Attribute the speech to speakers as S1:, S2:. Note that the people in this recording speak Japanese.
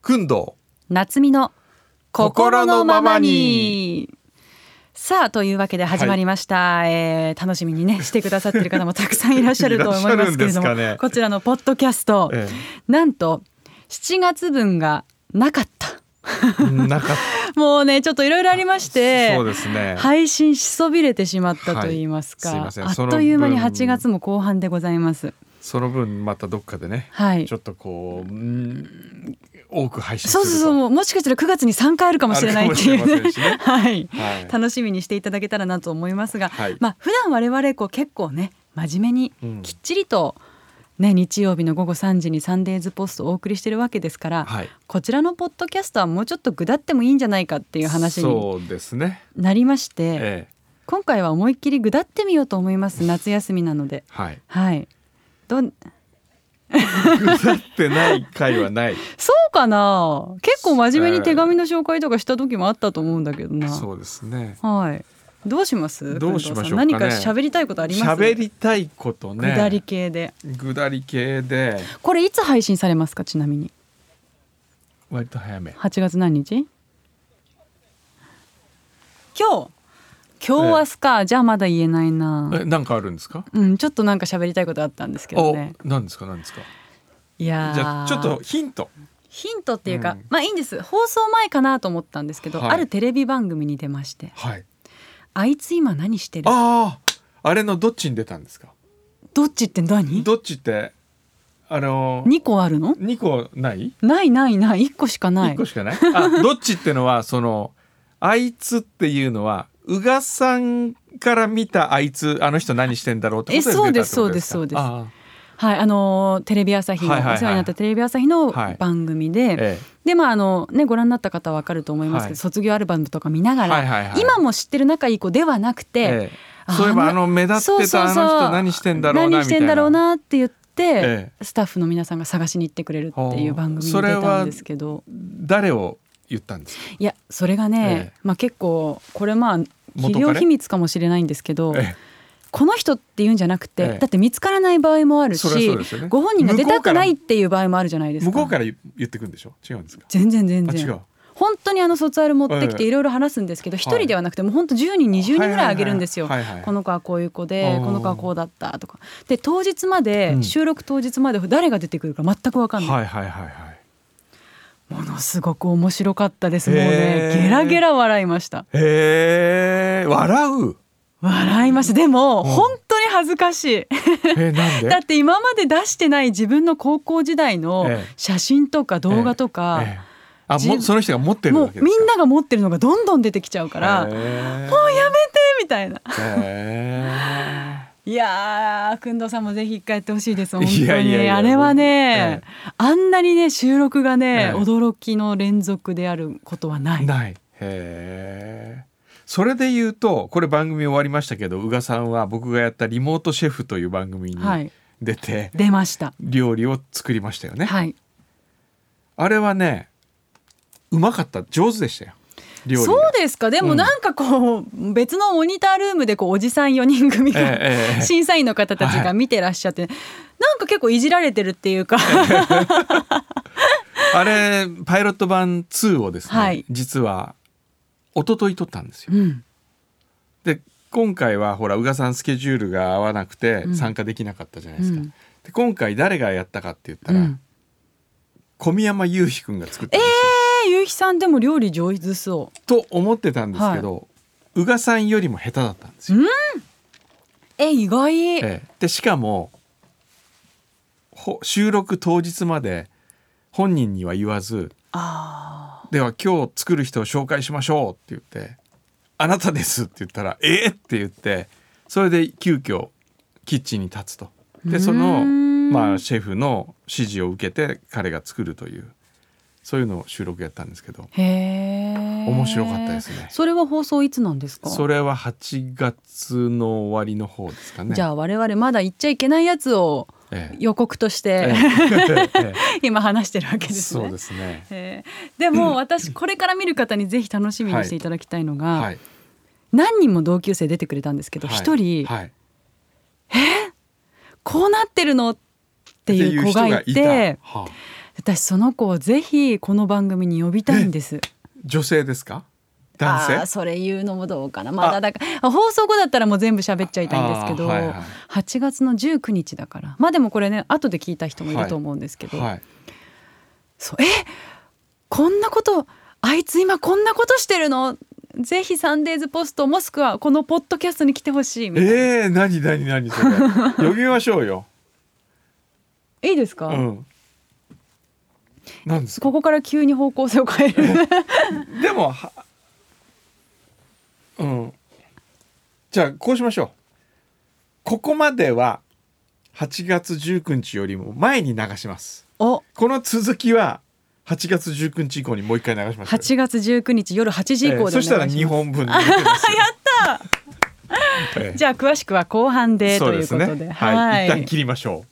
S1: くんど
S2: 夏美の心のままにさあというわけで始まりました、えー楽しみにねしてくださってる方もたくさんいらっしゃると思いま
S1: いらっしゃるん
S2: すけれども、
S1: ですかね
S2: こちらのポッドキャスト、
S1: え
S2: なんと7月分がなかった
S1: えなかっ
S2: もうねちょっといろいろありましたて
S1: そうですね
S2: 配信しそびれてしまったと言いますか、
S1: はいすいません
S2: あっ
S1: その
S2: という間に
S1: 分
S2: 8月も後半でございます
S1: その分またどっかでね、
S2: はい
S1: ちょっとこううん多く配信す
S2: そ
S1: る
S2: う
S1: と
S2: そうそうもうもしかしたら9月に3回あるかもしれないってい
S1: あるかもしれ
S2: う
S1: ませ
S2: ね
S1: んしね
S2: はい
S1: はい
S2: 楽しみにしていただけたらなと思いますが、
S1: はい
S2: まあ普段我々こう結構ね真面目に
S1: うん
S2: きっちりと、ね、日曜日の午後3時に「サンデーズポスト」をお送りしてるわけですから、
S1: はい
S2: こちらのポッドキャストはもうちょっと下ってもいいんじゃないかっていう話に
S1: そうですね
S2: なりまして、
S1: ええ
S2: 今回は思いっきり下ってみようと思 います夏休みなので。
S1: はい
S2: はいどん
S1: 下ってない回はない
S2: そうかな結構真面目に手紙の紹介とかした時もあったと思うんだけどな。
S1: そうですね
S2: はい。どうします？
S1: どうしましょうかね
S2: 工藤さん何か喋りたいことあります？
S1: 喋りたいことね
S2: 下り系で。
S1: 下り系で
S2: これいつ配信されますか？ちなみに
S1: 割と早め
S2: 8月何日？今日。今日明日か、じゃあまだ言えないな。
S1: えなんかあるんですか
S2: うん、ちょっとなんか喋りたいことあったんですけどね。
S1: おなんですかなんですか
S2: いやー
S1: じゃあちょっとヒント
S2: ヒントっていうか、
S1: うん
S2: まあいいんです放送前かなと思ったんですけど、
S1: はい
S2: あるテレビ番組に出まして
S1: はい
S2: 「あいつ今何してる?」
S1: あああれのどっちに出たんですか
S2: どっちって何
S1: どっちってあの
S2: ?2 個あるの
S1: 2個ない
S2: ないないない1個しかない
S1: 一個しかないあどっちってのはそのあいつっていうのは宇賀さんから見たあいつあの人何してんだろうってことで
S2: えそうです
S1: 出たってことか
S2: そうですそうです
S1: あ
S2: はい、あのーテレビ朝日の、
S1: はいはいはい
S2: お世話になったテレビ朝日の
S1: はい
S2: 番組で、
S1: ーえ
S2: でまああのねご覧になった方はわかると思いますけ
S1: は
S2: ど、
S1: い
S2: 卒業アルバムとか見なが
S1: え
S2: ら、
S1: はいはいはい
S2: 今も知ってる仲いい子ではなくて、
S1: ええ
S2: あ
S1: そういえばあの目立ってたあの
S2: そうそうそう
S1: 人何してんだろうな
S2: 何
S1: み
S2: したて
S1: い
S2: んだろう
S1: な
S2: なって言って、
S1: え
S2: スタッフの皆さんが探しに行ってくれるっていう番組に
S1: ほう
S2: 出
S1: それ
S2: た
S1: は
S2: んですけど
S1: 誰を言ったんですか
S2: いやそれがね、
S1: ええ
S2: まあ、結構これまあ企
S1: 元
S2: 業
S1: 彼
S2: 秘密かもしれないんですけど、
S1: え
S2: この人っていうんじゃなくて、
S1: ええ
S2: だって見つからない場合もある
S1: えそれ
S2: し、
S1: はそうですよね
S2: ご本人が出たくないっていう場合もあるじゃないですか。
S1: 向こうから言ってくんでしょ違うんですか
S2: 全然全
S1: あ違
S2: 然
S1: う
S2: 本当にあの卒アル持ってきて
S1: ええ
S2: いろいろ話すんですけど一、
S1: はい
S2: 人ではなくてもう本当10人20人ぐらいあげるんですよ。
S1: はいはいはい
S2: こ
S1: の
S2: の子はこういう子で
S1: おー
S2: この子はこうだったとかで当日まで、
S1: うん
S2: 収録当日まで誰が出てくるか全く分かんない、
S1: はいはいはいはい
S2: ものすごく面白かったですもうね
S1: へー
S2: ゲラゲラ笑いました
S1: へえ笑う
S2: 笑いましたでも、
S1: うん
S2: 本当に恥ずかし
S1: えなん
S2: い
S1: で
S2: だって今まで出してない自分の高校時代の
S1: ええ
S2: 写真とか動画とか、
S1: ええあ
S2: 自分
S1: もその人が持ってる
S2: も
S1: わ
S2: う
S1: けです
S2: み
S1: か
S2: んなが持ってるのがどんどん出てきちゃうから、もう
S1: へえ
S2: やめてみたいな
S1: へ
S2: いやー、くんどさんもぜひ一回やってほしいです。本当に
S1: いやいやいや
S2: あれはね、
S1: え
S2: あんなにね、収録がね、
S1: ええ
S2: 驚きの連続であることはな
S1: え
S2: い。
S1: ないへえそれで言うとこれ番組終わりましたけど宇賀さんは僕がやった「リモートシェフ」という番組
S2: は
S1: に
S2: い、
S1: 出て
S2: 出ました。
S1: 料理を作りましたよね、
S2: はい、
S1: あれはねうまかった上手でしたよ料理が
S2: そうですか。でも
S1: うん
S2: なんかこう、別のモニタールームでこうおじさん4人組が、
S1: ええええええ
S2: 審査員の方たちが見てらっしゃって、なんか結構いじられてるっていうか、
S1: あれパイロット版2をですね、
S2: はい
S1: 実は一昨日撮ったんですよ。
S2: うん、
S1: で今回はほら宇賀さんスケジュールが合わなくて
S2: ん
S1: 参加できなかったじゃないですか。
S2: うん
S1: で今回誰がやったかって言った
S2: う
S1: ら、
S2: ん。
S1: 小宮山雄飛くんが作ったんですよ、
S2: えー、ゆうひさんでも料理上手そう。
S1: と思ってたんですけど、宇賀さんよりも下手だったんですよ。
S2: え、意外。
S1: ええでしかもほ収録当日まで本人には言わず
S2: ああ、
S1: では今日作る人を紹介しましょうって言って「あなたです」って言ったら「えっ!」って言ってそれで急遽キッチンに立つと。
S2: うー
S1: で
S2: ん
S1: その、まあ、シェフの指示を受けて彼が作るというそういうのを収録やったんですけど
S2: へえ。面
S1: 面白かったですね。
S2: それは放送いつなんですか。
S1: それは8月の終わりの方ですかね。
S2: じゃあ我々まだ言っちゃいけないやつを
S1: ええ
S2: 予告として、
S1: え
S2: 今話してるわけ
S1: え、
S2: です
S1: そう
S2: ね
S1: で。すね。
S2: えーでも私これから見る方にぜひ楽しみにしていただきたいのが、
S1: はい。
S2: 何人も同級生出てくれたんですけど
S1: はい
S2: 一、人、
S1: はい。
S2: こうなってるのっていう子がいて
S1: っていう人がいたはあ
S2: 私その子をぜひこの番組に呼びたいんです。
S1: 女性ですか男
S2: あ
S1: 性
S2: あーそれ言うのもどうかなまだだから放送後だったらもう全部喋っちゃいたいんですけど、
S1: あーはいはい
S2: 8月の19日だからまあでもこれね後で聞いた人もいると思うんですけど、
S1: はい
S2: そうえこんなことあいつ今こんなことしてるのぜひサンデーズポストもしくはこのポッドキャストに来てほしいみたいな
S1: えー、何何何 それ呼びましょうよ
S2: いいですか、
S1: うんなんですか
S2: ここから急に方向性を変 える
S1: でもはうんじゃあこうしましょうここまでは8月19日よりも前に流します
S2: お
S1: この続きは8月19日以降にもう一回流しましょう
S2: 8月19日夜8時以降でお願いします、
S1: ええそしたら2本分になってますよ やった、ええ
S2: じゃあ詳しくは後半で
S1: そう
S2: とい
S1: で
S2: う
S1: す
S2: ことで
S1: ねはい、一旦切りましょう